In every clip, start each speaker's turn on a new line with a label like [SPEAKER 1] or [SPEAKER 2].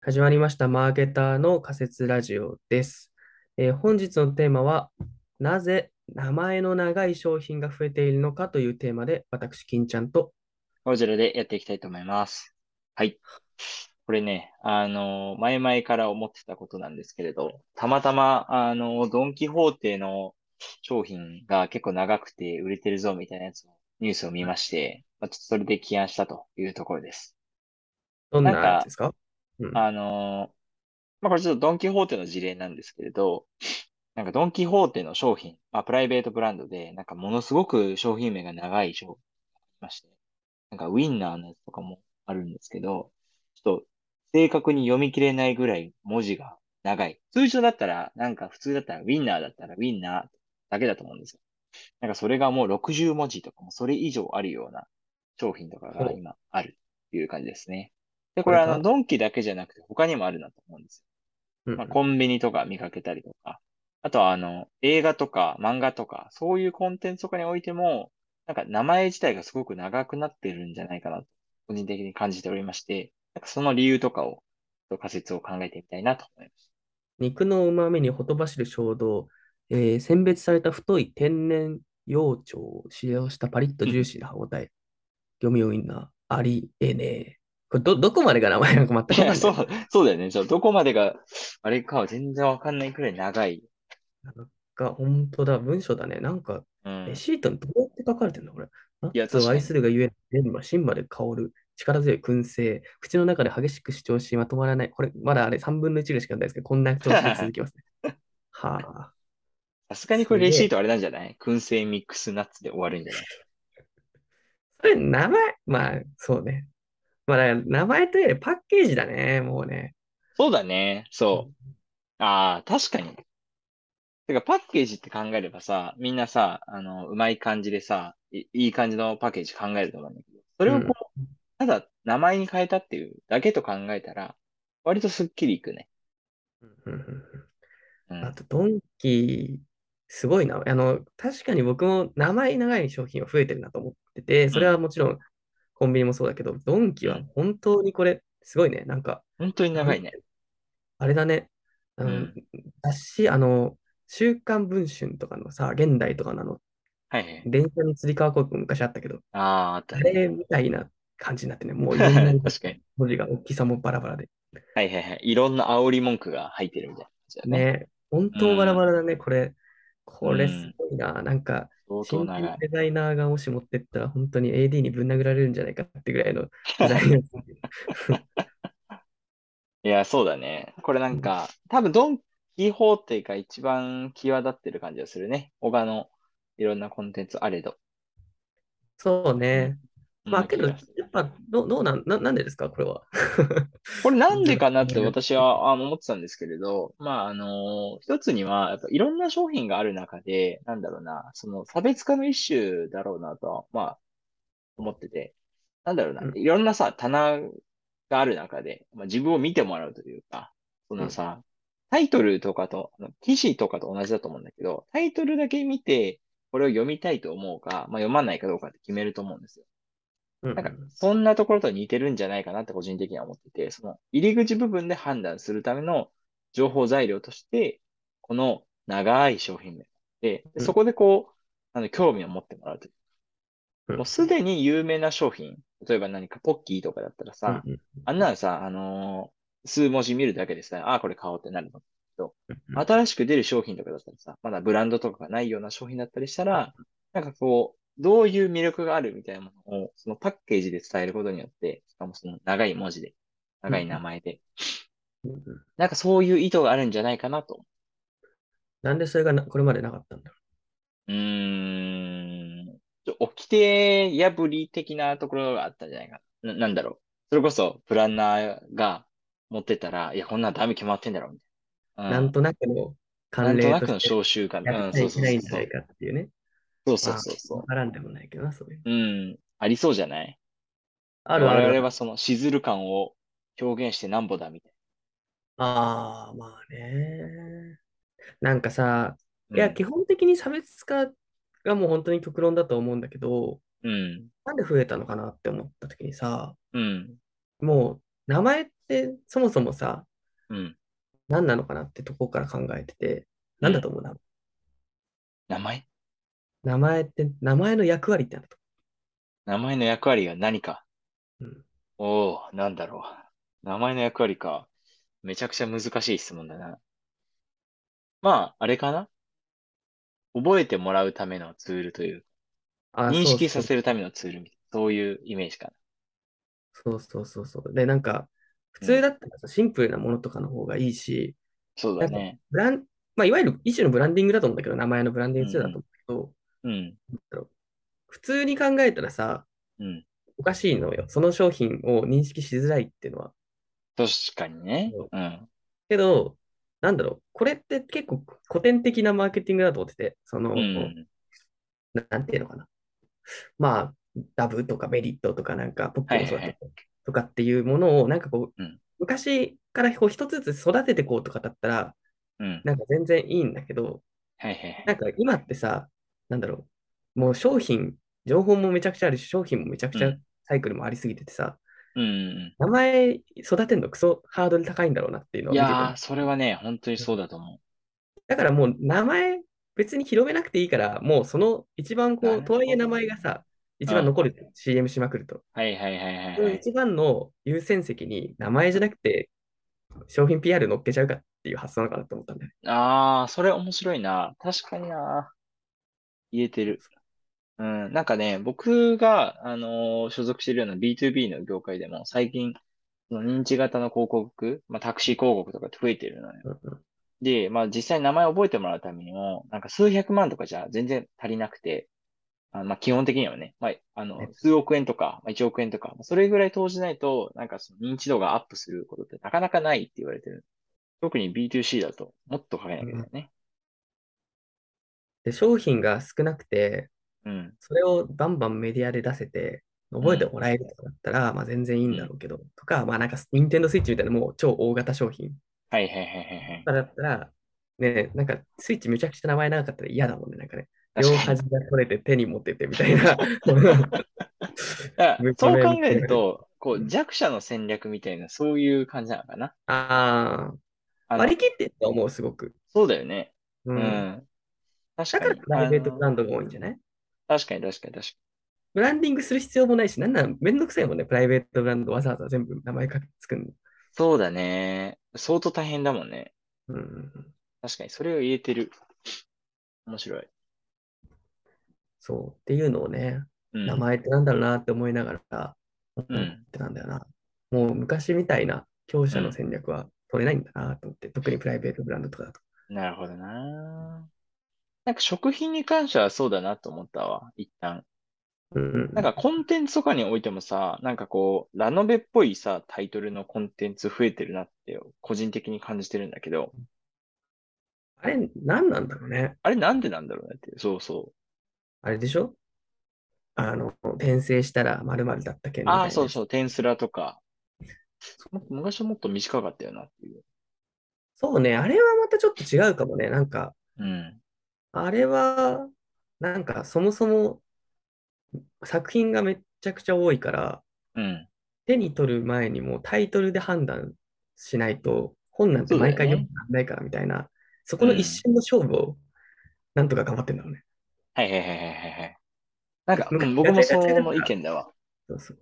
[SPEAKER 1] 始まりましたマーケターの仮説ラジオです。えー本日のテーマは、なぜ名前の長い商品が増えているのかというテーマで、私、金ちゃんと、
[SPEAKER 2] オジェルでやっていきたいと思います。はい。これね、あの、前々から思ってたことなんですけれど、たまたま、あの、ドン・キホーテの商品が結構長くて売れてるぞみたいなやつを、ニュースを見まして、まあ、ちょっとそれで起案したというところです。
[SPEAKER 1] どんな
[SPEAKER 2] なんか
[SPEAKER 1] やつですかうん
[SPEAKER 2] あの、まあ、これちょっとドン・キホーテの事例なんですけれど、なんかドン・キホーテの商品、まあ、プライベートブランドで、なんかものすごく商品名が長い商品がありまして、なんかウィンナーのやつとかもあるんですけど、ちょっと正確に読み切れないぐらい文字が長い。通常だったら、なんか普通だったらウィンナーだったらウィンナーだけだと思うんですよ。なんかそれがもう60文字とかもそれ以上あるような商品とかが今あるという感じですね。で、これあ
[SPEAKER 1] なんか
[SPEAKER 2] の、ドンキだけじゃなくて他にもあるなと思うんですよ。
[SPEAKER 1] うん
[SPEAKER 2] まあ、コンビニとか見かけたりとか、あとはあの、映画とか漫画とか、そういうコンテンツとかにおいても、なんか名前自体がすごく長くなってるんじゃないかな、個人的に感じておりまして、なんかその理由とかを、ちょっと仮説を考えてみたいなと思います。
[SPEAKER 1] 肉のうまみにほとばしる衝動、えー選別された太い天然幼鳥を使用したパリッとジューシーな歯ごたえ、業務用インナー、ありえねえ。これど、どこまでが名前なのか全く
[SPEAKER 2] い
[SPEAKER 1] わ
[SPEAKER 2] や、
[SPEAKER 1] かん
[SPEAKER 2] そ、
[SPEAKER 1] ないう
[SPEAKER 2] そうだよね。ちょ、どこまでが、あれかは全然わかんないくらい長い。
[SPEAKER 1] が、本当だ、文章だね。なんか、
[SPEAKER 2] うん
[SPEAKER 1] レ。シートにどうやって書かれてんだ、これ。ナ
[SPEAKER 2] いや
[SPEAKER 1] ッツ
[SPEAKER 2] 確
[SPEAKER 1] を
[SPEAKER 2] かに
[SPEAKER 1] 愛するがゆえ、全部芯まで香る。力強い燻製。口の中で激しく主張し、まとまらない。これ、まだあれ3分の1ぐらいしかないですけど、こんな調子で続きますね。 はあ。
[SPEAKER 2] さすがにこれレ
[SPEAKER 1] すげえ
[SPEAKER 2] シートあれなんじゃない燻製ミックスナッツで終わるんじゃない
[SPEAKER 1] それ、名前、まあ、そうね。まあ、だから名前というよりパッケージだね、もうね。
[SPEAKER 2] そうだね。そうう。ああ、確かに。てか、パッケージって考えればさ、みんなさ、あの、うまい感じでさ、いいい感じのパッケージ考えると思うんだけど、それをこう、ただ名前に変えたっていうだけと考えたら、割とすっきりいくね。
[SPEAKER 1] うんうんうん
[SPEAKER 2] う
[SPEAKER 1] あ
[SPEAKER 2] ん。
[SPEAKER 1] と、ドンキ、すごいな。あの、確かに僕も名前長い商品は増えてるなと思ってて、それはもちろんコンビニもそうだけど、ドンキは本当にこれ、すごいね。なんか、
[SPEAKER 2] 本当に長いね。
[SPEAKER 1] あれだね。あの
[SPEAKER 2] うん
[SPEAKER 1] 雑誌、あの、週刊文春とかのさ、現代とかのあの、
[SPEAKER 2] はいはい。
[SPEAKER 1] 電車につり革広告昔あったけど、
[SPEAKER 2] ああ、あった
[SPEAKER 1] あ
[SPEAKER 2] ね。
[SPEAKER 1] れみたいな感じになってね、もういろんな
[SPEAKER 2] 確かに。
[SPEAKER 1] 文字が大きさもバラバ ラで。
[SPEAKER 2] はいはいはい。いろんな煽り文句が入ってるみたいな感じだね。
[SPEAKER 1] ね、本当バラバラだね、これ。これ
[SPEAKER 2] うん
[SPEAKER 1] すごいな。なんか、
[SPEAKER 2] 相当
[SPEAKER 1] 新
[SPEAKER 2] 長
[SPEAKER 1] 品
[SPEAKER 2] い。
[SPEAKER 1] デザイナーがもし持ってったら、本当に AD にぶん殴られるんじゃないかってぐらい のデザイン。
[SPEAKER 2] いや、そうだね。これなんか、多分ドン・キホーテが一番際立ってる感じがするね。他のいろんなコンテンツあれど。
[SPEAKER 1] そうね。
[SPEAKER 2] うん
[SPEAKER 1] まあ、けど、
[SPEAKER 2] 気
[SPEAKER 1] や
[SPEAKER 2] がする
[SPEAKER 1] っぱ、どうどうなん、な、なんでですか、これは。
[SPEAKER 2] これなんでかなって私はあ思ってたんですけれど、まあ、あの、一つには、やっぱいろんな商品がある中で、なんだろうな、その差別化の一種だろうなとは、まあ、思ってて、なんだろうな
[SPEAKER 1] う、ん
[SPEAKER 2] いろんなさ、棚がある中で、まあ、自分を見てもらうというか、そのさ、タイトルとかと、あの記事とかと同じだと思うんだけど、タイトルだけ見て、これを読みたいと思うか、まあ、読まないかどうかって決めると思うんですよ。
[SPEAKER 1] うん
[SPEAKER 2] なんか、そんなところと似てるんじゃないかなって個人的には思ってて、その入り口部分で判断するための情報材料として、この長い商品名で、
[SPEAKER 1] うん
[SPEAKER 2] そこでこう、あの、興味を持ってもらうというう。
[SPEAKER 1] ん
[SPEAKER 2] もうすでに有名な商品、例えば何かポッキーとかだったら
[SPEAKER 1] う
[SPEAKER 2] さ、
[SPEAKER 1] んうん
[SPEAKER 2] あんなのさ、あのー数文字見るだけでさ、ああ、これ買おうってなるの。
[SPEAKER 1] うん
[SPEAKER 2] 新しく出る商品とかだったらさ、まだブランドとかがないような商品だったりしたら、なんかこう、どういう魅力があるみたいなものを、そのパッケージで伝えることによって、しかもその長い文字で、長い名前で、
[SPEAKER 1] うんうん
[SPEAKER 2] なんかそういう意図があるんじゃないかなと。
[SPEAKER 1] なんでそれがなこれまでなかったんだろ。
[SPEAKER 2] うーん、ちょ掟破り的なところがあったんじゃないかな。な、なんだろう。それこそ、プランナーが持ってたら、いや、こんなのダメ決まってんだろ、みたいうな。
[SPEAKER 1] な
[SPEAKER 2] うん
[SPEAKER 1] んとなくの
[SPEAKER 2] なん
[SPEAKER 1] 関
[SPEAKER 2] と
[SPEAKER 1] 連
[SPEAKER 2] な
[SPEAKER 1] と
[SPEAKER 2] くの
[SPEAKER 1] して
[SPEAKER 2] 召集感。
[SPEAKER 1] や
[SPEAKER 2] うん、
[SPEAKER 1] っちゃ
[SPEAKER 2] そう
[SPEAKER 1] いけ
[SPEAKER 2] そう
[SPEAKER 1] ないんじゃな
[SPEAKER 2] そうそう
[SPEAKER 1] い。かっていうね。
[SPEAKER 2] そうそう
[SPEAKER 1] まあ
[SPEAKER 2] そうそう
[SPEAKER 1] わ。からんでもないけどな、そういう。
[SPEAKER 2] うん、ありそうじゃない
[SPEAKER 1] あるあ
[SPEAKER 2] 我
[SPEAKER 1] るあ
[SPEAKER 2] 々
[SPEAKER 1] る。
[SPEAKER 2] はそのしずる感を表現してなんぼだみたい
[SPEAKER 1] ああ、まあね。なんかさ、い
[SPEAKER 2] な。
[SPEAKER 1] や、基本的に差別化がもう本当に極論だと思うんだけど、
[SPEAKER 2] うん。
[SPEAKER 1] なんで増えたのかなって思った時にさ、
[SPEAKER 2] うん。
[SPEAKER 1] も名前ってそもそもさ、
[SPEAKER 2] うん。
[SPEAKER 1] 何なのかなってとこから考えてて、
[SPEAKER 2] う
[SPEAKER 1] なんだ
[SPEAKER 2] ん。
[SPEAKER 1] と思うな。
[SPEAKER 2] 名前
[SPEAKER 1] 名前って、名前の役割ってなんだと
[SPEAKER 2] 名前の役割が何か。
[SPEAKER 1] 思う。うん
[SPEAKER 2] おお、なんだろう。名前の役割か。めちゃくちゃ難しい質問だな。まあ、あれかな覚えてもらうためのツールというか、
[SPEAKER 1] あ、
[SPEAKER 2] 認
[SPEAKER 1] そう
[SPEAKER 2] 識
[SPEAKER 1] そ
[SPEAKER 2] さ
[SPEAKER 1] う。
[SPEAKER 2] せるためのツールみたいな、そういうイメージか
[SPEAKER 1] そうそうそうそう。で、なんか、普
[SPEAKER 2] な。う
[SPEAKER 1] 通
[SPEAKER 2] ん。
[SPEAKER 1] だったらさ、シンプルなものとかの方がいいし、
[SPEAKER 2] そうだ
[SPEAKER 1] なんか、
[SPEAKER 2] ね。
[SPEAKER 1] ブラン、まあ、いわゆる一種のブランディングだと思うんだけど、名前のブランディ
[SPEAKER 2] う
[SPEAKER 1] ングツールだ
[SPEAKER 2] ん
[SPEAKER 1] と思う
[SPEAKER 2] うん。う
[SPEAKER 1] け
[SPEAKER 2] ん
[SPEAKER 1] ど、なんだろう普通に考えたらさ、
[SPEAKER 2] うん。
[SPEAKER 1] おかしいのよ。その商品を認識しづらいっていうのは。
[SPEAKER 2] 確かにね。
[SPEAKER 1] そう
[SPEAKER 2] うん。
[SPEAKER 1] けど、なんだろう、これって結構古典的なマーケティングだと思ってて、そうの、
[SPEAKER 2] ん。
[SPEAKER 1] ななんていうのかな。まあ、ダブとかメリットとかなんか、ポッ
[SPEAKER 2] は
[SPEAKER 1] プも
[SPEAKER 2] いはい
[SPEAKER 1] そう
[SPEAKER 2] は
[SPEAKER 1] だっ
[SPEAKER 2] い。
[SPEAKER 1] たとかっていうものを、なんかこう、
[SPEAKER 2] うん。
[SPEAKER 1] 昔からこう一つずつ育ててこうとかだったら、
[SPEAKER 2] うん。
[SPEAKER 1] なんか全然いいんだけど、
[SPEAKER 2] はいはいはい。
[SPEAKER 1] なんか今ってさ、なんだろう、もう商品、情報もめちゃくちゃあるし、商品もめちゃく
[SPEAKER 2] う
[SPEAKER 1] ちゃ
[SPEAKER 2] ん。
[SPEAKER 1] サイクルもありすぎててさ、
[SPEAKER 2] うん。
[SPEAKER 1] 名前育てるのクソハードル高いんだろうなっていうの
[SPEAKER 2] い
[SPEAKER 1] は見てて
[SPEAKER 2] やー、
[SPEAKER 1] も。
[SPEAKER 2] それはね、本当にそうだと思
[SPEAKER 1] だからもう名前別に広めなくていいから、もうその一番
[SPEAKER 2] う。
[SPEAKER 1] こ
[SPEAKER 2] な
[SPEAKER 1] う、
[SPEAKER 2] る
[SPEAKER 1] とはい
[SPEAKER 2] ほ
[SPEAKER 1] え名
[SPEAKER 2] ど
[SPEAKER 1] 前が
[SPEAKER 2] ね。
[SPEAKER 1] さ、
[SPEAKER 2] う
[SPEAKER 1] 一番
[SPEAKER 2] ん。
[SPEAKER 1] 残るじゃん CM しまくると。
[SPEAKER 2] はいはいはいはい
[SPEAKER 1] そ
[SPEAKER 2] は
[SPEAKER 1] の
[SPEAKER 2] い。
[SPEAKER 1] 一番の優先席に名前じゃなくて商品 PR 乗っけちゃうかっていう発想なのかなと思ったんだよね。
[SPEAKER 2] ああー、それ面白いな。確かにな。言えてる。うん。なんかね、僕が、あのー所属しているような B2B の業界でも、最近、その認知型の広告、まあ、タクシー広告とかって増えてるのね。
[SPEAKER 1] うんうん
[SPEAKER 2] で、まあ、実際に名前を覚えてもらうためにも、なんか数百万とかじゃ全然足りなくて、あのまあ、基本的にはね、まあ、あの、
[SPEAKER 1] ね
[SPEAKER 2] 数億円とか、まあ、1億円とか、それぐらい投じないと、なんかその認知度がアップすることってなかなかないって言われてる。特に B2C だと、もっとかけな
[SPEAKER 1] う
[SPEAKER 2] きゃいけない
[SPEAKER 1] ん
[SPEAKER 2] ね。
[SPEAKER 1] で、商品が少なくて、
[SPEAKER 2] うん、
[SPEAKER 1] それをバンバンメディアで出せて、
[SPEAKER 2] う
[SPEAKER 1] 覚えて
[SPEAKER 2] ん、
[SPEAKER 1] もらえるとかだったら、まあ、全然いい
[SPEAKER 2] うん
[SPEAKER 1] だ
[SPEAKER 2] ん。
[SPEAKER 1] ろうけど、とか、まあなんか、ニンテンドースイッチみたいなもう超大型商品
[SPEAKER 2] はいはいはいはいはい。
[SPEAKER 1] とかだったら、ね、なんか、スイッチめちゃくちゃ名前長かったら嫌だもんね、なんかね。
[SPEAKER 2] 確
[SPEAKER 1] 両
[SPEAKER 2] かに。
[SPEAKER 1] 端が取れて手に持っててみたい な。
[SPEAKER 2] だから
[SPEAKER 1] むず
[SPEAKER 2] そう
[SPEAKER 1] め
[SPEAKER 2] 考
[SPEAKER 1] む
[SPEAKER 2] え
[SPEAKER 1] ず
[SPEAKER 2] る
[SPEAKER 1] めで。
[SPEAKER 2] と、こう弱者の戦略みたいな、そういう感じなのかな。
[SPEAKER 1] ああー、
[SPEAKER 2] あ
[SPEAKER 1] 割り
[SPEAKER 2] の、
[SPEAKER 1] 切ってると思う、すごく。
[SPEAKER 2] そうだよね。
[SPEAKER 1] う。
[SPEAKER 2] うんん。
[SPEAKER 1] だ
[SPEAKER 2] 確か
[SPEAKER 1] から
[SPEAKER 2] に。
[SPEAKER 1] プライ
[SPEAKER 2] あ
[SPEAKER 1] ベートブ
[SPEAKER 2] の、
[SPEAKER 1] ランドが多いんじゃない
[SPEAKER 2] 確かに確かに確か
[SPEAKER 1] ブランディングする必要もないし、なんならめんどくさいもんね、プライベートブランドわざわざ全部名前書きつくんの。
[SPEAKER 2] に。そうだね。相当大変だもんね。
[SPEAKER 1] うん。
[SPEAKER 2] 確かに、それを言えてる。面白い。
[SPEAKER 1] そう。っていうのをね、
[SPEAKER 2] う
[SPEAKER 1] 名
[SPEAKER 2] ん、
[SPEAKER 1] 前ってなんだろうなって思いながら
[SPEAKER 2] う
[SPEAKER 1] 思っ
[SPEAKER 2] ん、
[SPEAKER 1] てたんだよな。もう昔みたいな強
[SPEAKER 2] う
[SPEAKER 1] 者の
[SPEAKER 2] ん。
[SPEAKER 1] 戦略は取れないんだなと思って、特にプライベートブランドとかだと。
[SPEAKER 2] なるほどな。なんか食品に関してはそうだなと思ったわ。一旦。
[SPEAKER 1] うんう
[SPEAKER 2] なん
[SPEAKER 1] ん
[SPEAKER 2] かコンテンツとかにおいてもさ、なんかこう、ラノベっぽいさ、タイトルのコンテンツ増えてるなって個人的に感じてるんだけど、
[SPEAKER 1] うん。あれ、何なんだろうね。
[SPEAKER 2] あれなんでなんだろうねっていう。そうそう。
[SPEAKER 1] あれでしょあの、転生したら〇〇だった件み
[SPEAKER 2] ああ、
[SPEAKER 1] たいな
[SPEAKER 2] そう
[SPEAKER 1] や
[SPEAKER 2] そ
[SPEAKER 1] つ。
[SPEAKER 2] う、テンスラとか。もっと昔はもっと短かったよなっていう。
[SPEAKER 1] そうね、あれはまたちょっと違うかもね。なんか、
[SPEAKER 2] うん。
[SPEAKER 1] あれは、なんかそもそも作品がめちゃくちゃ多いから、
[SPEAKER 2] うん。
[SPEAKER 1] 手に取る前にもうタイトルで判断しないと、本なんて
[SPEAKER 2] そうだ
[SPEAKER 1] 毎
[SPEAKER 2] よ
[SPEAKER 1] 回読
[SPEAKER 2] ね。
[SPEAKER 1] むんないからみたいな、そうこの一
[SPEAKER 2] ん。
[SPEAKER 1] 瞬の勝負をなんとか頑張ってんだろうね。
[SPEAKER 2] はいはいはいはいはいはい。なん
[SPEAKER 1] が
[SPEAKER 2] か、う
[SPEAKER 1] 昔
[SPEAKER 2] ん、
[SPEAKER 1] ガ
[SPEAKER 2] 僕
[SPEAKER 1] チ
[SPEAKER 2] も
[SPEAKER 1] ャガチャ
[SPEAKER 2] そ
[SPEAKER 1] が
[SPEAKER 2] の意
[SPEAKER 1] さ、
[SPEAKER 2] 見だわ。
[SPEAKER 1] そうそう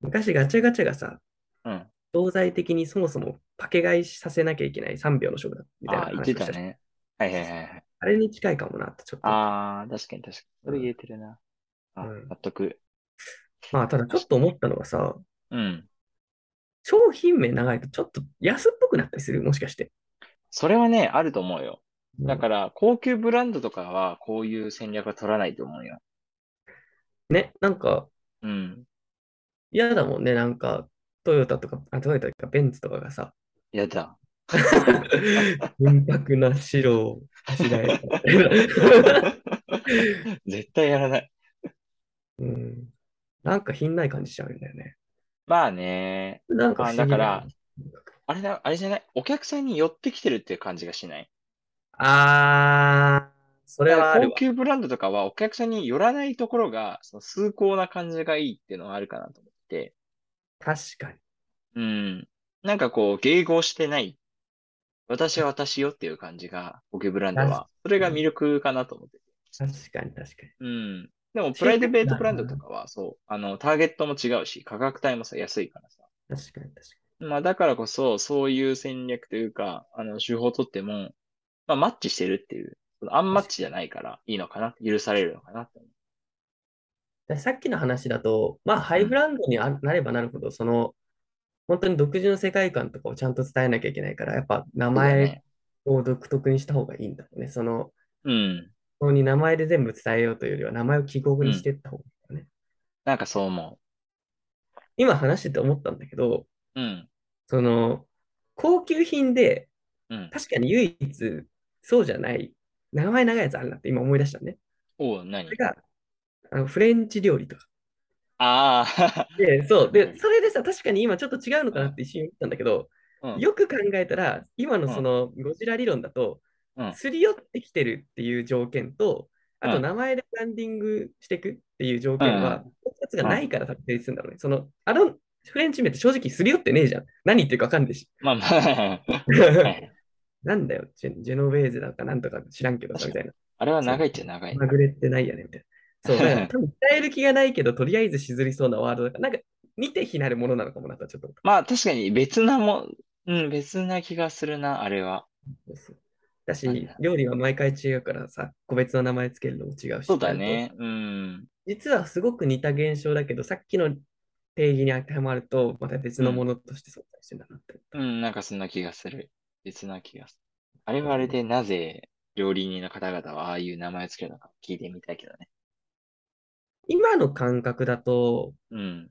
[SPEAKER 1] 昔ガチャガチャがさ、
[SPEAKER 2] うん。
[SPEAKER 1] 東西的にそもそもパケ買いさせなきゃいけない3秒の勝負だみたい
[SPEAKER 2] あ
[SPEAKER 1] な
[SPEAKER 2] あ、言って
[SPEAKER 1] 話をしたたじゃん。
[SPEAKER 2] ね。はいはい
[SPEAKER 1] そう
[SPEAKER 2] はい
[SPEAKER 1] そう
[SPEAKER 2] はい。
[SPEAKER 1] あれに近いかもなとちょっと思った。
[SPEAKER 2] ああ、確かに確かに。そうれ言
[SPEAKER 1] ん。
[SPEAKER 2] えてるな。
[SPEAKER 1] う
[SPEAKER 2] あ、
[SPEAKER 1] ん。
[SPEAKER 2] 納得。
[SPEAKER 1] まあ、ただちょ
[SPEAKER 2] 確
[SPEAKER 1] っと思ったのがさ、
[SPEAKER 2] うん。
[SPEAKER 1] 商品名長いとちょっと安っぽくなったりする、もしかして。
[SPEAKER 2] それはね、あると思うよ。
[SPEAKER 1] う
[SPEAKER 2] だか
[SPEAKER 1] ん。
[SPEAKER 2] ら、高級ブランドとかは、こういう戦略は取らないと思うよ。
[SPEAKER 1] ね、なんか、
[SPEAKER 2] うん。
[SPEAKER 1] 嫌だもんね、なんか、トヨタとか、あ、トヨタとかベンツとかがさ、
[SPEAKER 2] やだ。
[SPEAKER 1] 純白な白をあしらえたみたいな
[SPEAKER 2] 絶対やらない。
[SPEAKER 1] うん。なんか品ない感じしちゃうんだよね。
[SPEAKER 2] まあね。
[SPEAKER 1] なんか
[SPEAKER 2] ま
[SPEAKER 1] 不思
[SPEAKER 2] あ、だ
[SPEAKER 1] 議だ
[SPEAKER 2] か
[SPEAKER 1] よ
[SPEAKER 2] ら、
[SPEAKER 1] ね。
[SPEAKER 2] あれだ、あれじゃない。お客さんに寄ってきてるっていう感じがしない。
[SPEAKER 1] あー、そ
[SPEAKER 2] だ
[SPEAKER 1] れ
[SPEAKER 2] から、
[SPEAKER 1] はあ
[SPEAKER 2] 高
[SPEAKER 1] るわ。
[SPEAKER 2] 級ブランドとかは、お客さんに寄らないところが、その崇高な感じがいいっていうのはあるかなと思って。
[SPEAKER 1] 確かに。
[SPEAKER 2] うん。なんかこう、迎合してない。私は私よっていう感じが、オケブランド
[SPEAKER 1] 確
[SPEAKER 2] は。それ
[SPEAKER 1] か
[SPEAKER 2] が魅
[SPEAKER 1] に、
[SPEAKER 2] 力かなと思ってて。
[SPEAKER 1] 確かに、確かに。
[SPEAKER 2] うん。でも、プ
[SPEAKER 1] シ
[SPEAKER 2] ラ
[SPEAKER 1] ン
[SPEAKER 2] イ
[SPEAKER 1] プ
[SPEAKER 2] ベ
[SPEAKER 1] ル
[SPEAKER 2] ート
[SPEAKER 1] だ
[SPEAKER 2] ブランドと
[SPEAKER 1] な。
[SPEAKER 2] かは、そう、あの、ターゲットも違うし、価格帯もさ、安いからさ。
[SPEAKER 1] 確かに、確か
[SPEAKER 2] まあ、だからこそ、そういう戦略というか、あの、手法をとっても、まあ、マッチしてるっていう、そのアン
[SPEAKER 1] に。
[SPEAKER 2] マッ
[SPEAKER 1] 確か
[SPEAKER 2] チじゃないから、いいのかな、許されるのかなって思
[SPEAKER 1] にさっきの話だと、まあ、ハ
[SPEAKER 2] う。う
[SPEAKER 1] イブ
[SPEAKER 2] ん。
[SPEAKER 1] ランドにあなればなるほど、その、本当に独自の世界観とかをちゃんと伝えなきゃいけないから、やっぱ名
[SPEAKER 2] そうだ
[SPEAKER 1] 前
[SPEAKER 2] ね。
[SPEAKER 1] を独特にした方がいいんだろうね。その、
[SPEAKER 2] うん。
[SPEAKER 1] そこに名前で全部伝えようというよりは、名前を記号
[SPEAKER 2] う
[SPEAKER 1] にし
[SPEAKER 2] ん。
[SPEAKER 1] ていった方がいいんだね。
[SPEAKER 2] なんかそう思
[SPEAKER 1] 今話してて思ったんだけど、
[SPEAKER 2] う。うん。
[SPEAKER 1] その、高級品で、
[SPEAKER 2] うん。
[SPEAKER 1] 確かに唯一、そうじゃない、名前長いやつあるなって今思い出したね。
[SPEAKER 2] おう、
[SPEAKER 1] それ
[SPEAKER 2] 何
[SPEAKER 1] が、あの、フレンチ料理とか。
[SPEAKER 2] ああ
[SPEAKER 1] で、そう。
[SPEAKER 2] ー、
[SPEAKER 1] で、それでさ、確かに今ちょっと違うのかなって一瞬言ったんだけど、
[SPEAKER 2] うん。うん。
[SPEAKER 1] よく考えたら、今の
[SPEAKER 2] う
[SPEAKER 1] そ
[SPEAKER 2] ん。
[SPEAKER 1] のゴジラ理論だと、
[SPEAKER 2] うん。
[SPEAKER 1] すり寄ってきてるっていう条件と、
[SPEAKER 2] う
[SPEAKER 1] あと
[SPEAKER 2] ん。
[SPEAKER 1] 名前でブランディングしていくっていう条
[SPEAKER 2] う
[SPEAKER 1] 件
[SPEAKER 2] ん。
[SPEAKER 1] は、2つが
[SPEAKER 2] う。
[SPEAKER 1] なんいから成立するんだろうね。その、あの、フレンチ名って正直すり寄ってねえじゃん。何言ってるかわかんないし。
[SPEAKER 2] まあま あはい
[SPEAKER 1] なんだよ、ジェ、ジェノベーゼなんかなんとか知らんけどさ、
[SPEAKER 2] 確
[SPEAKER 1] みた
[SPEAKER 2] かに。
[SPEAKER 1] いな。
[SPEAKER 2] あれは
[SPEAKER 1] そ
[SPEAKER 2] 長
[SPEAKER 1] う、
[SPEAKER 2] いっちゃ長い
[SPEAKER 1] まぐれってないやね、みたいな。そう、だから
[SPEAKER 2] な。
[SPEAKER 1] 多分伝える気がないけど、とりあえずしずりそうなワードだから、なんか見て非なるものなのかもなとはちょっと思っ
[SPEAKER 2] まあ確かに別なも、うん、別な気がするな、あれは。
[SPEAKER 1] た。そう。だ
[SPEAKER 2] なん
[SPEAKER 1] し、
[SPEAKER 2] だ。
[SPEAKER 1] 料理は毎回違うからさ、個別の名前つけるのも違う
[SPEAKER 2] そ
[SPEAKER 1] し
[SPEAKER 2] う
[SPEAKER 1] ってな
[SPEAKER 2] だ
[SPEAKER 1] ると、
[SPEAKER 2] ね。うん。
[SPEAKER 1] 実はすごく似た現象だけど、さっきの定義に当てはまると、また別
[SPEAKER 2] う
[SPEAKER 1] のも
[SPEAKER 2] ん。
[SPEAKER 1] のとして存在してんだなって思っ
[SPEAKER 2] うん、なんかそんな気がする。別な気がする。あれ
[SPEAKER 1] た。
[SPEAKER 2] はあ
[SPEAKER 1] そう
[SPEAKER 2] れ
[SPEAKER 1] ね。
[SPEAKER 2] でなぜ料理人の方々はああいう名前をつけるのか聞いてみたいけどね。
[SPEAKER 1] 今の感覚だと、
[SPEAKER 2] うん。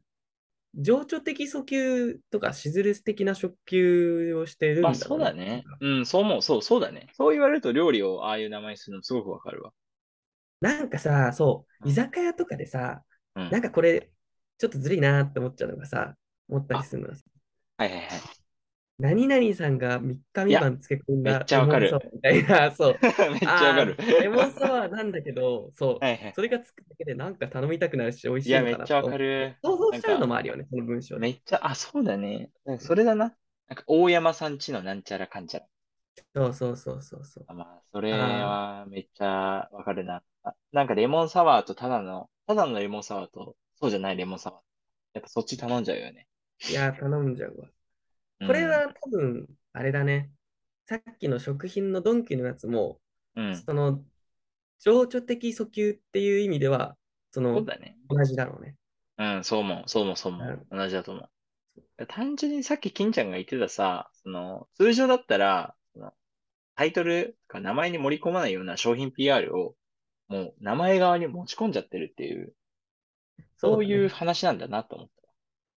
[SPEAKER 1] 情緒的訴求とかしずる的な訴求をしてる
[SPEAKER 2] まあ
[SPEAKER 1] んだ
[SPEAKER 2] そ
[SPEAKER 1] ろ
[SPEAKER 2] う
[SPEAKER 1] うな
[SPEAKER 2] だ
[SPEAKER 1] っていう
[SPEAKER 2] ね。
[SPEAKER 1] か。
[SPEAKER 2] うん、そう思う。そう、そうだね。そう言われると料理をああいう名前にするのすごくわかるわ。
[SPEAKER 1] なんかさ、そうう、居
[SPEAKER 2] ん。
[SPEAKER 1] 酒屋とかでさ、
[SPEAKER 2] う。
[SPEAKER 1] なんんかこれ、ちょっとずるいなって思っちゃうのがさ、思ったり
[SPEAKER 2] あ、
[SPEAKER 1] するのがさ、
[SPEAKER 2] はいはいはい。
[SPEAKER 1] 何々さんが3日
[SPEAKER 2] い
[SPEAKER 1] 三
[SPEAKER 2] や、
[SPEAKER 1] 晩漬け込ん
[SPEAKER 2] めっ
[SPEAKER 1] だ
[SPEAKER 2] ちゃ
[SPEAKER 1] レモ
[SPEAKER 2] わ
[SPEAKER 1] ンサ
[SPEAKER 2] か
[SPEAKER 1] ワ
[SPEAKER 2] る。
[SPEAKER 1] ーみたい な、そう。
[SPEAKER 2] めっちゃわか
[SPEAKER 1] あ
[SPEAKER 2] る。
[SPEAKER 1] あ、レ モンサワーなんだけど、そう、
[SPEAKER 2] はいはい。
[SPEAKER 1] それがつくだけでなんか頼みたくなるし、美味
[SPEAKER 2] い
[SPEAKER 1] しい
[SPEAKER 2] や、
[SPEAKER 1] の
[SPEAKER 2] め
[SPEAKER 1] か
[SPEAKER 2] っ
[SPEAKER 1] な
[SPEAKER 2] ちゃ
[SPEAKER 1] と
[SPEAKER 2] わ
[SPEAKER 1] か思
[SPEAKER 2] か
[SPEAKER 1] っ
[SPEAKER 2] る。
[SPEAKER 1] 想像
[SPEAKER 2] な
[SPEAKER 1] し
[SPEAKER 2] ん
[SPEAKER 1] ちゃうの
[SPEAKER 2] か、
[SPEAKER 1] もあるよね、この文章
[SPEAKER 2] め
[SPEAKER 1] で。
[SPEAKER 2] っちゃ、あ、そうだね。なんか
[SPEAKER 1] う
[SPEAKER 2] そ
[SPEAKER 1] ん
[SPEAKER 2] れだな。なんか、大山さんちのなんちゃらかんちゃら。
[SPEAKER 1] そうそうそうそうそう。
[SPEAKER 2] あまあ、それ
[SPEAKER 1] ああ、
[SPEAKER 2] はめっちゃわかるな。あ、なんかレモンサワーとただの、ただのレモンサワーと、そうじゃないレモンサワー。やっぱそっち頼んじゃうよね。
[SPEAKER 1] いやー、頼んじゃうわ。
[SPEAKER 2] う
[SPEAKER 1] これ
[SPEAKER 2] ん、
[SPEAKER 1] は多分、あれだね。さっきの食品のドンキのやつも、
[SPEAKER 2] うん。
[SPEAKER 1] その、情緒的訴求っていう意味では、そ
[SPEAKER 2] そう
[SPEAKER 1] の、
[SPEAKER 2] だね。
[SPEAKER 1] 同じだろうね。
[SPEAKER 2] うん、そう思う、そう思う、そう
[SPEAKER 1] う
[SPEAKER 2] 思
[SPEAKER 1] ん
[SPEAKER 2] う。同じだと思う。単純にさっき金ちゃんが言ってたさ、その、通常だったら、そのタイトルとか名前に盛り込まないような商品 PR を、もう名前側に持ち込んじゃってるっていう、
[SPEAKER 1] そ
[SPEAKER 2] そうう
[SPEAKER 1] だ
[SPEAKER 2] いう
[SPEAKER 1] ね。
[SPEAKER 2] 話なんだなと思った。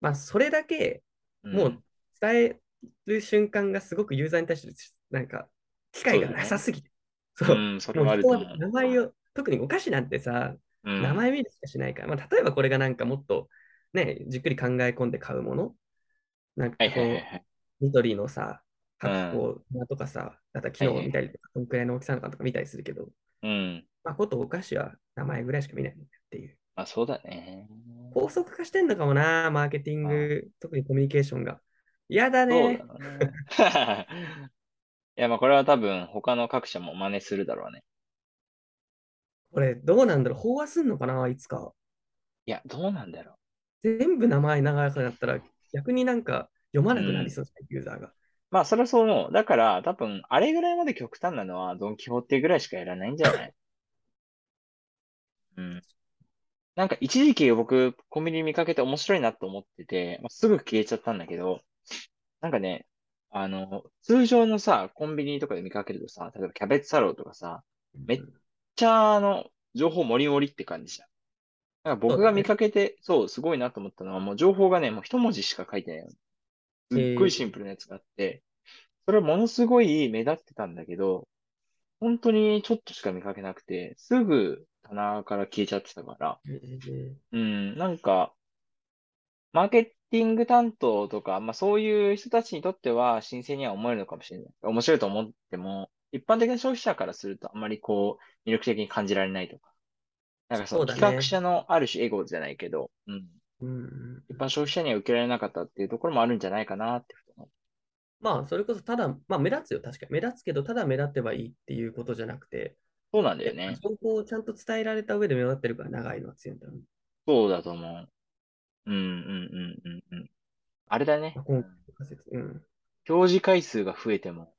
[SPEAKER 1] まあ、それだけ、
[SPEAKER 2] う
[SPEAKER 1] も
[SPEAKER 2] ん。
[SPEAKER 1] う伝える瞬間がすごくユーザーに対して、なんか、機会
[SPEAKER 2] そう
[SPEAKER 1] が
[SPEAKER 2] だ
[SPEAKER 1] なさ
[SPEAKER 2] ね。
[SPEAKER 1] すぎて。そう。
[SPEAKER 2] うん、それ
[SPEAKER 1] もう
[SPEAKER 2] はある
[SPEAKER 1] 人
[SPEAKER 2] と
[SPEAKER 1] は
[SPEAKER 2] 思う。
[SPEAKER 1] 名前を、特にお菓子なんてさ、
[SPEAKER 2] う
[SPEAKER 1] 名
[SPEAKER 2] ん。
[SPEAKER 1] 前見るしかしないから、まあ、例えばこれがなんかもっと、ね、じっくり考え込んで買うもの、なん
[SPEAKER 2] はい
[SPEAKER 1] か
[SPEAKER 2] はいはい
[SPEAKER 1] こ
[SPEAKER 2] はい。
[SPEAKER 1] う、緑のさ、
[SPEAKER 2] う
[SPEAKER 1] 発
[SPEAKER 2] ん。
[SPEAKER 1] 酵粉とかさ、あとは木
[SPEAKER 2] はい
[SPEAKER 1] を
[SPEAKER 2] は
[SPEAKER 1] 見
[SPEAKER 2] い。
[SPEAKER 1] たりとか、どんくらいの大きさなのかとか見たりするけど、
[SPEAKER 2] うん。
[SPEAKER 1] まあ、ことお菓子は名前ぐらいしか見ないっていう。
[SPEAKER 2] まあそうだね。
[SPEAKER 1] 高速化してんのかもな、マーケティン
[SPEAKER 2] あ、
[SPEAKER 1] グ、特にコミュニケーションが。嫌だ
[SPEAKER 2] そうだ
[SPEAKER 1] ね。
[SPEAKER 2] ろうね。 いや、まあこれは多分他の各社も真似するだろうね。
[SPEAKER 1] これ、どうなんだろう。飽和すんのかな、いつか。
[SPEAKER 2] いや、どうなんだろ
[SPEAKER 1] 全部名前長くなったら、逆になんか読ま
[SPEAKER 2] う。う
[SPEAKER 1] なくなり
[SPEAKER 2] ん。
[SPEAKER 1] そうじゃない、ユーザーが。
[SPEAKER 2] まあそれはそう思う。だから多分あれぐらいまで極端なのはドンキホーテぐらいしかやらないんじゃないうん。なんか一時期僕コンビニ見かけて面白いなと思ってて、まあ、すぐ消えちゃったんだけど、なんかね、あの、通常のさ、コンビニとかで見かけるとさ、例えばキャベツ太郎とかさ、めっちゃあの、情報もりもりって感じじゃん。だから
[SPEAKER 1] そう
[SPEAKER 2] 僕
[SPEAKER 1] だ
[SPEAKER 2] が見
[SPEAKER 1] ね。
[SPEAKER 2] かけて、そう、すごいなと思ったのは、もう情報がね、もう一文字しか書いてないの。すっごい
[SPEAKER 1] え
[SPEAKER 2] シンプルなやつがあって、それはものすごい目立ってたんだけど、本当にちょっとしか見かけなくて、すぐ棚から消えちゃってたから、
[SPEAKER 1] ー、
[SPEAKER 2] うん、なんか、マーケティング担当とか、まあそういう人たちにとっては新鮮には思えるのかもしれない。面白いと思っても、一般的な消費者からするとあんまりこう、魅力的に感じられないとか。なんかそ
[SPEAKER 1] そ
[SPEAKER 2] の
[SPEAKER 1] うだ
[SPEAKER 2] 企画
[SPEAKER 1] ね。
[SPEAKER 2] 者のある種エゴじゃないけど、うん。
[SPEAKER 1] うん。
[SPEAKER 2] 一般消費者には受けられなかったっていうところもあるんじゃないかなってふと思う。
[SPEAKER 1] まあ、それこそただ、まあ、目立つよ、確かに。目立つけど、ただ目立てばいいっていうことじゃなくて、
[SPEAKER 2] そうなんだ
[SPEAKER 1] や
[SPEAKER 2] よ
[SPEAKER 1] っぱ
[SPEAKER 2] ね。
[SPEAKER 1] 情報をちゃんと伝えられた上で目立ってるから長いのは強いんだろうね。
[SPEAKER 2] そうだと思う。うんうんうんうんうん。あれだね。
[SPEAKER 1] まあ、今
[SPEAKER 2] う
[SPEAKER 1] 回
[SPEAKER 2] ん
[SPEAKER 1] の仮説。うん。
[SPEAKER 2] 表示回数が増えても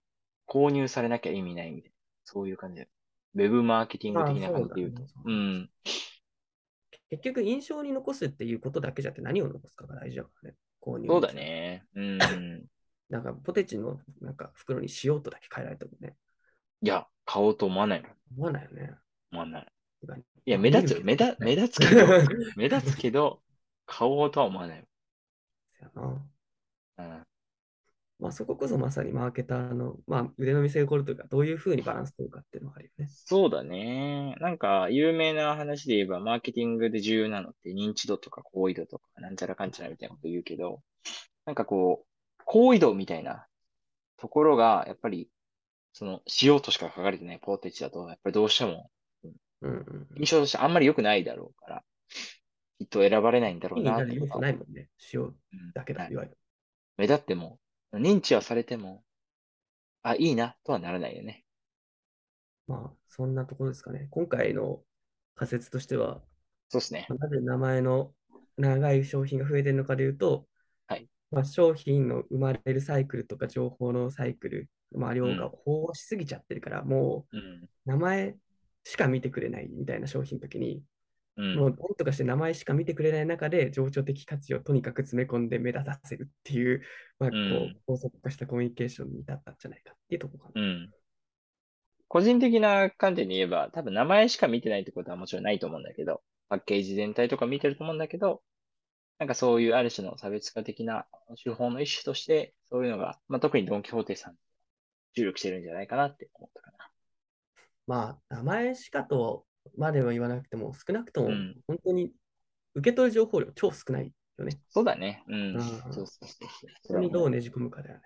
[SPEAKER 2] 購入されなきゃ意味ないみたいな。そういう感じだよ。ウェブマーケティング
[SPEAKER 1] まあ、
[SPEAKER 2] 的な
[SPEAKER 1] そ
[SPEAKER 2] 感
[SPEAKER 1] う
[SPEAKER 2] じ
[SPEAKER 1] だ
[SPEAKER 2] で言う
[SPEAKER 1] ね。
[SPEAKER 2] と。
[SPEAKER 1] そう
[SPEAKER 2] う
[SPEAKER 1] だね
[SPEAKER 2] ん。
[SPEAKER 1] 結局、印象に残すっていうことだけじゃって何を残すかが大事だからね。購入
[SPEAKER 2] そう
[SPEAKER 1] に
[SPEAKER 2] だ
[SPEAKER 1] つながる。
[SPEAKER 2] ね。うん。
[SPEAKER 1] なんか、ポテチのなんか袋に塩とだけ変えられてもね、
[SPEAKER 2] いや、買おうと思わないの。
[SPEAKER 1] 思わないよね。
[SPEAKER 2] 思わない。
[SPEAKER 1] てか
[SPEAKER 2] いや、
[SPEAKER 1] まあ、
[SPEAKER 2] 目
[SPEAKER 1] 見
[SPEAKER 2] 立
[SPEAKER 1] る
[SPEAKER 2] つよ。
[SPEAKER 1] けど
[SPEAKER 2] 目立、
[SPEAKER 1] 買
[SPEAKER 2] 目
[SPEAKER 1] え
[SPEAKER 2] 立つ
[SPEAKER 1] な
[SPEAKER 2] けど、
[SPEAKER 1] い。
[SPEAKER 2] 目立つけど、買おうとは思わない。
[SPEAKER 1] そやな。
[SPEAKER 2] うん。
[SPEAKER 1] まあ、そここそまさにマーケターの、まあ、腕の見せ所というか、どういうふうにバランス取るかっていうのはあるよね。
[SPEAKER 2] そうだね。なんか、有名な話で言えば、マーケティングで重要なのって認知度とか好意度とか、なんちゃらかんちゃらみたいなこと言うけど、なんかこう、好意度みたいなところが、やっぱり、その、しようとしか書かれてないポテチだと、やっぱりどうしても、うん
[SPEAKER 1] うんうんう
[SPEAKER 2] 印
[SPEAKER 1] ん。
[SPEAKER 2] 象としてあんまり良くないだろうから、きっと選ばれないんだろ
[SPEAKER 1] 意味に
[SPEAKER 2] うな
[SPEAKER 1] な
[SPEAKER 2] っ
[SPEAKER 1] る
[SPEAKER 2] て
[SPEAKER 1] 要
[SPEAKER 2] こと
[SPEAKER 1] 素
[SPEAKER 2] は
[SPEAKER 1] ない
[SPEAKER 2] 思
[SPEAKER 1] もんね。塩
[SPEAKER 2] う。うん
[SPEAKER 1] だけだ、
[SPEAKER 2] ないい。
[SPEAKER 1] わゆる。
[SPEAKER 2] 目立っても、認知はされても、あ、いいな、とはならないよね。
[SPEAKER 1] まあ、そんなところですかね。今回の仮説としては、
[SPEAKER 2] そうですね。
[SPEAKER 1] まあなぜ名前の長い商品が増えてるのかでいうと、
[SPEAKER 2] はい。
[SPEAKER 1] まあ、商品の生まれるサイクルとか情報のサイクル、まあ、
[SPEAKER 2] う
[SPEAKER 1] 量が
[SPEAKER 2] ん。
[SPEAKER 1] 飽和しすぎちゃってるから、も
[SPEAKER 2] うん。
[SPEAKER 1] う名前しか見てくれないみたいな商品の時に、
[SPEAKER 2] う
[SPEAKER 1] も
[SPEAKER 2] ん。
[SPEAKER 1] うなんとかして名前しか見てくれない中で、情緒的価値をとにかく詰め込んで目立たせるっていう、まあ、
[SPEAKER 2] う
[SPEAKER 1] こ
[SPEAKER 2] ん。
[SPEAKER 1] う高速化したコミュニケーションに至ったんじゃないかっていうところかな。
[SPEAKER 2] うん個人的な観点で言えば、多分名前しか見てないってことはもちろんないと思うんだけど、パッケージ全体とか見てると思うんだけど、なんかそういうある種の差別化的な手法の一種として、そういうのが、まあ、特にドン・キホーテさん注力してるんじゃないかなって思ったかな。
[SPEAKER 1] まあ、名前しかとまでは言わなくても、少なくと
[SPEAKER 2] う
[SPEAKER 1] も
[SPEAKER 2] ん。
[SPEAKER 1] 本当に受け取る情報量超少ないよね。
[SPEAKER 2] そうだね。うん。
[SPEAKER 1] うん、
[SPEAKER 2] そう
[SPEAKER 1] そ
[SPEAKER 2] そうそうそう。そ
[SPEAKER 1] こ
[SPEAKER 2] れは
[SPEAKER 1] にど
[SPEAKER 2] も
[SPEAKER 1] うねじ込むかだよね。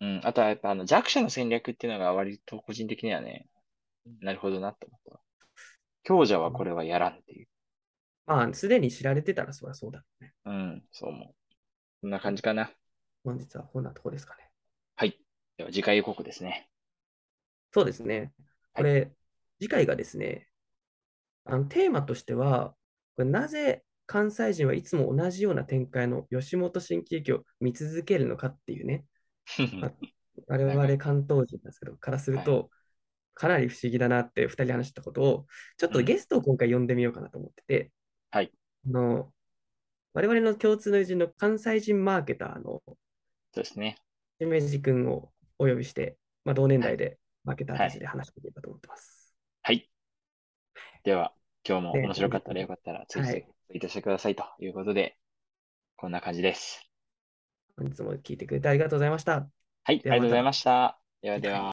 [SPEAKER 2] う。うん。あとはやっぱあの弱者の戦略っていうのが割と個人的にはね、なるほどなって思ったわ。強者はこれはやらんっていう。
[SPEAKER 1] まあ、すでに知られてたらそりゃそうだね。
[SPEAKER 2] うん。そう思う。こんな
[SPEAKER 1] は
[SPEAKER 2] 感
[SPEAKER 1] い。
[SPEAKER 2] じかな。
[SPEAKER 1] 本日はこんなとこですかね。
[SPEAKER 2] はい。では次回予告で すね。
[SPEAKER 1] そうですね。こ
[SPEAKER 2] はい。
[SPEAKER 1] れ、次回がですね、あのテーマとしては、これなぜ関西人はいつも同じような展開の吉本新喜劇を見続けるのかっていうね、まあ、我
[SPEAKER 2] なんか、
[SPEAKER 1] 々関東人なんですけど、からする
[SPEAKER 2] はい。
[SPEAKER 1] と、かなり不思議だなって2人話したことを、ちょっ
[SPEAKER 2] う
[SPEAKER 1] と
[SPEAKER 2] ん。
[SPEAKER 1] ゲストを今回呼んでみようかなと思ってて、
[SPEAKER 2] はい。
[SPEAKER 1] あの我々の共通の友人の関西人マーケターの
[SPEAKER 2] そうですね。
[SPEAKER 1] しめじ君をお呼びして、まあ、同年
[SPEAKER 2] は
[SPEAKER 1] 代
[SPEAKER 2] い。
[SPEAKER 1] でマーケター
[SPEAKER 2] は
[SPEAKER 1] たち
[SPEAKER 2] い。
[SPEAKER 1] で話していければと思ってます。
[SPEAKER 2] はい。では、今日も
[SPEAKER 1] で、
[SPEAKER 2] 面白かったらよかったら、ツイ
[SPEAKER 1] は
[SPEAKER 2] ツイ
[SPEAKER 1] い。
[SPEAKER 2] ツイートしてくださいということで、こんな感じです。
[SPEAKER 1] 本日も聞いてくれてありがとうございました。
[SPEAKER 2] はい。
[SPEAKER 1] で
[SPEAKER 2] あ
[SPEAKER 1] はま
[SPEAKER 2] りがとうござい
[SPEAKER 1] た
[SPEAKER 2] ました。では
[SPEAKER 1] 次
[SPEAKER 2] で
[SPEAKER 1] 回。
[SPEAKER 2] は。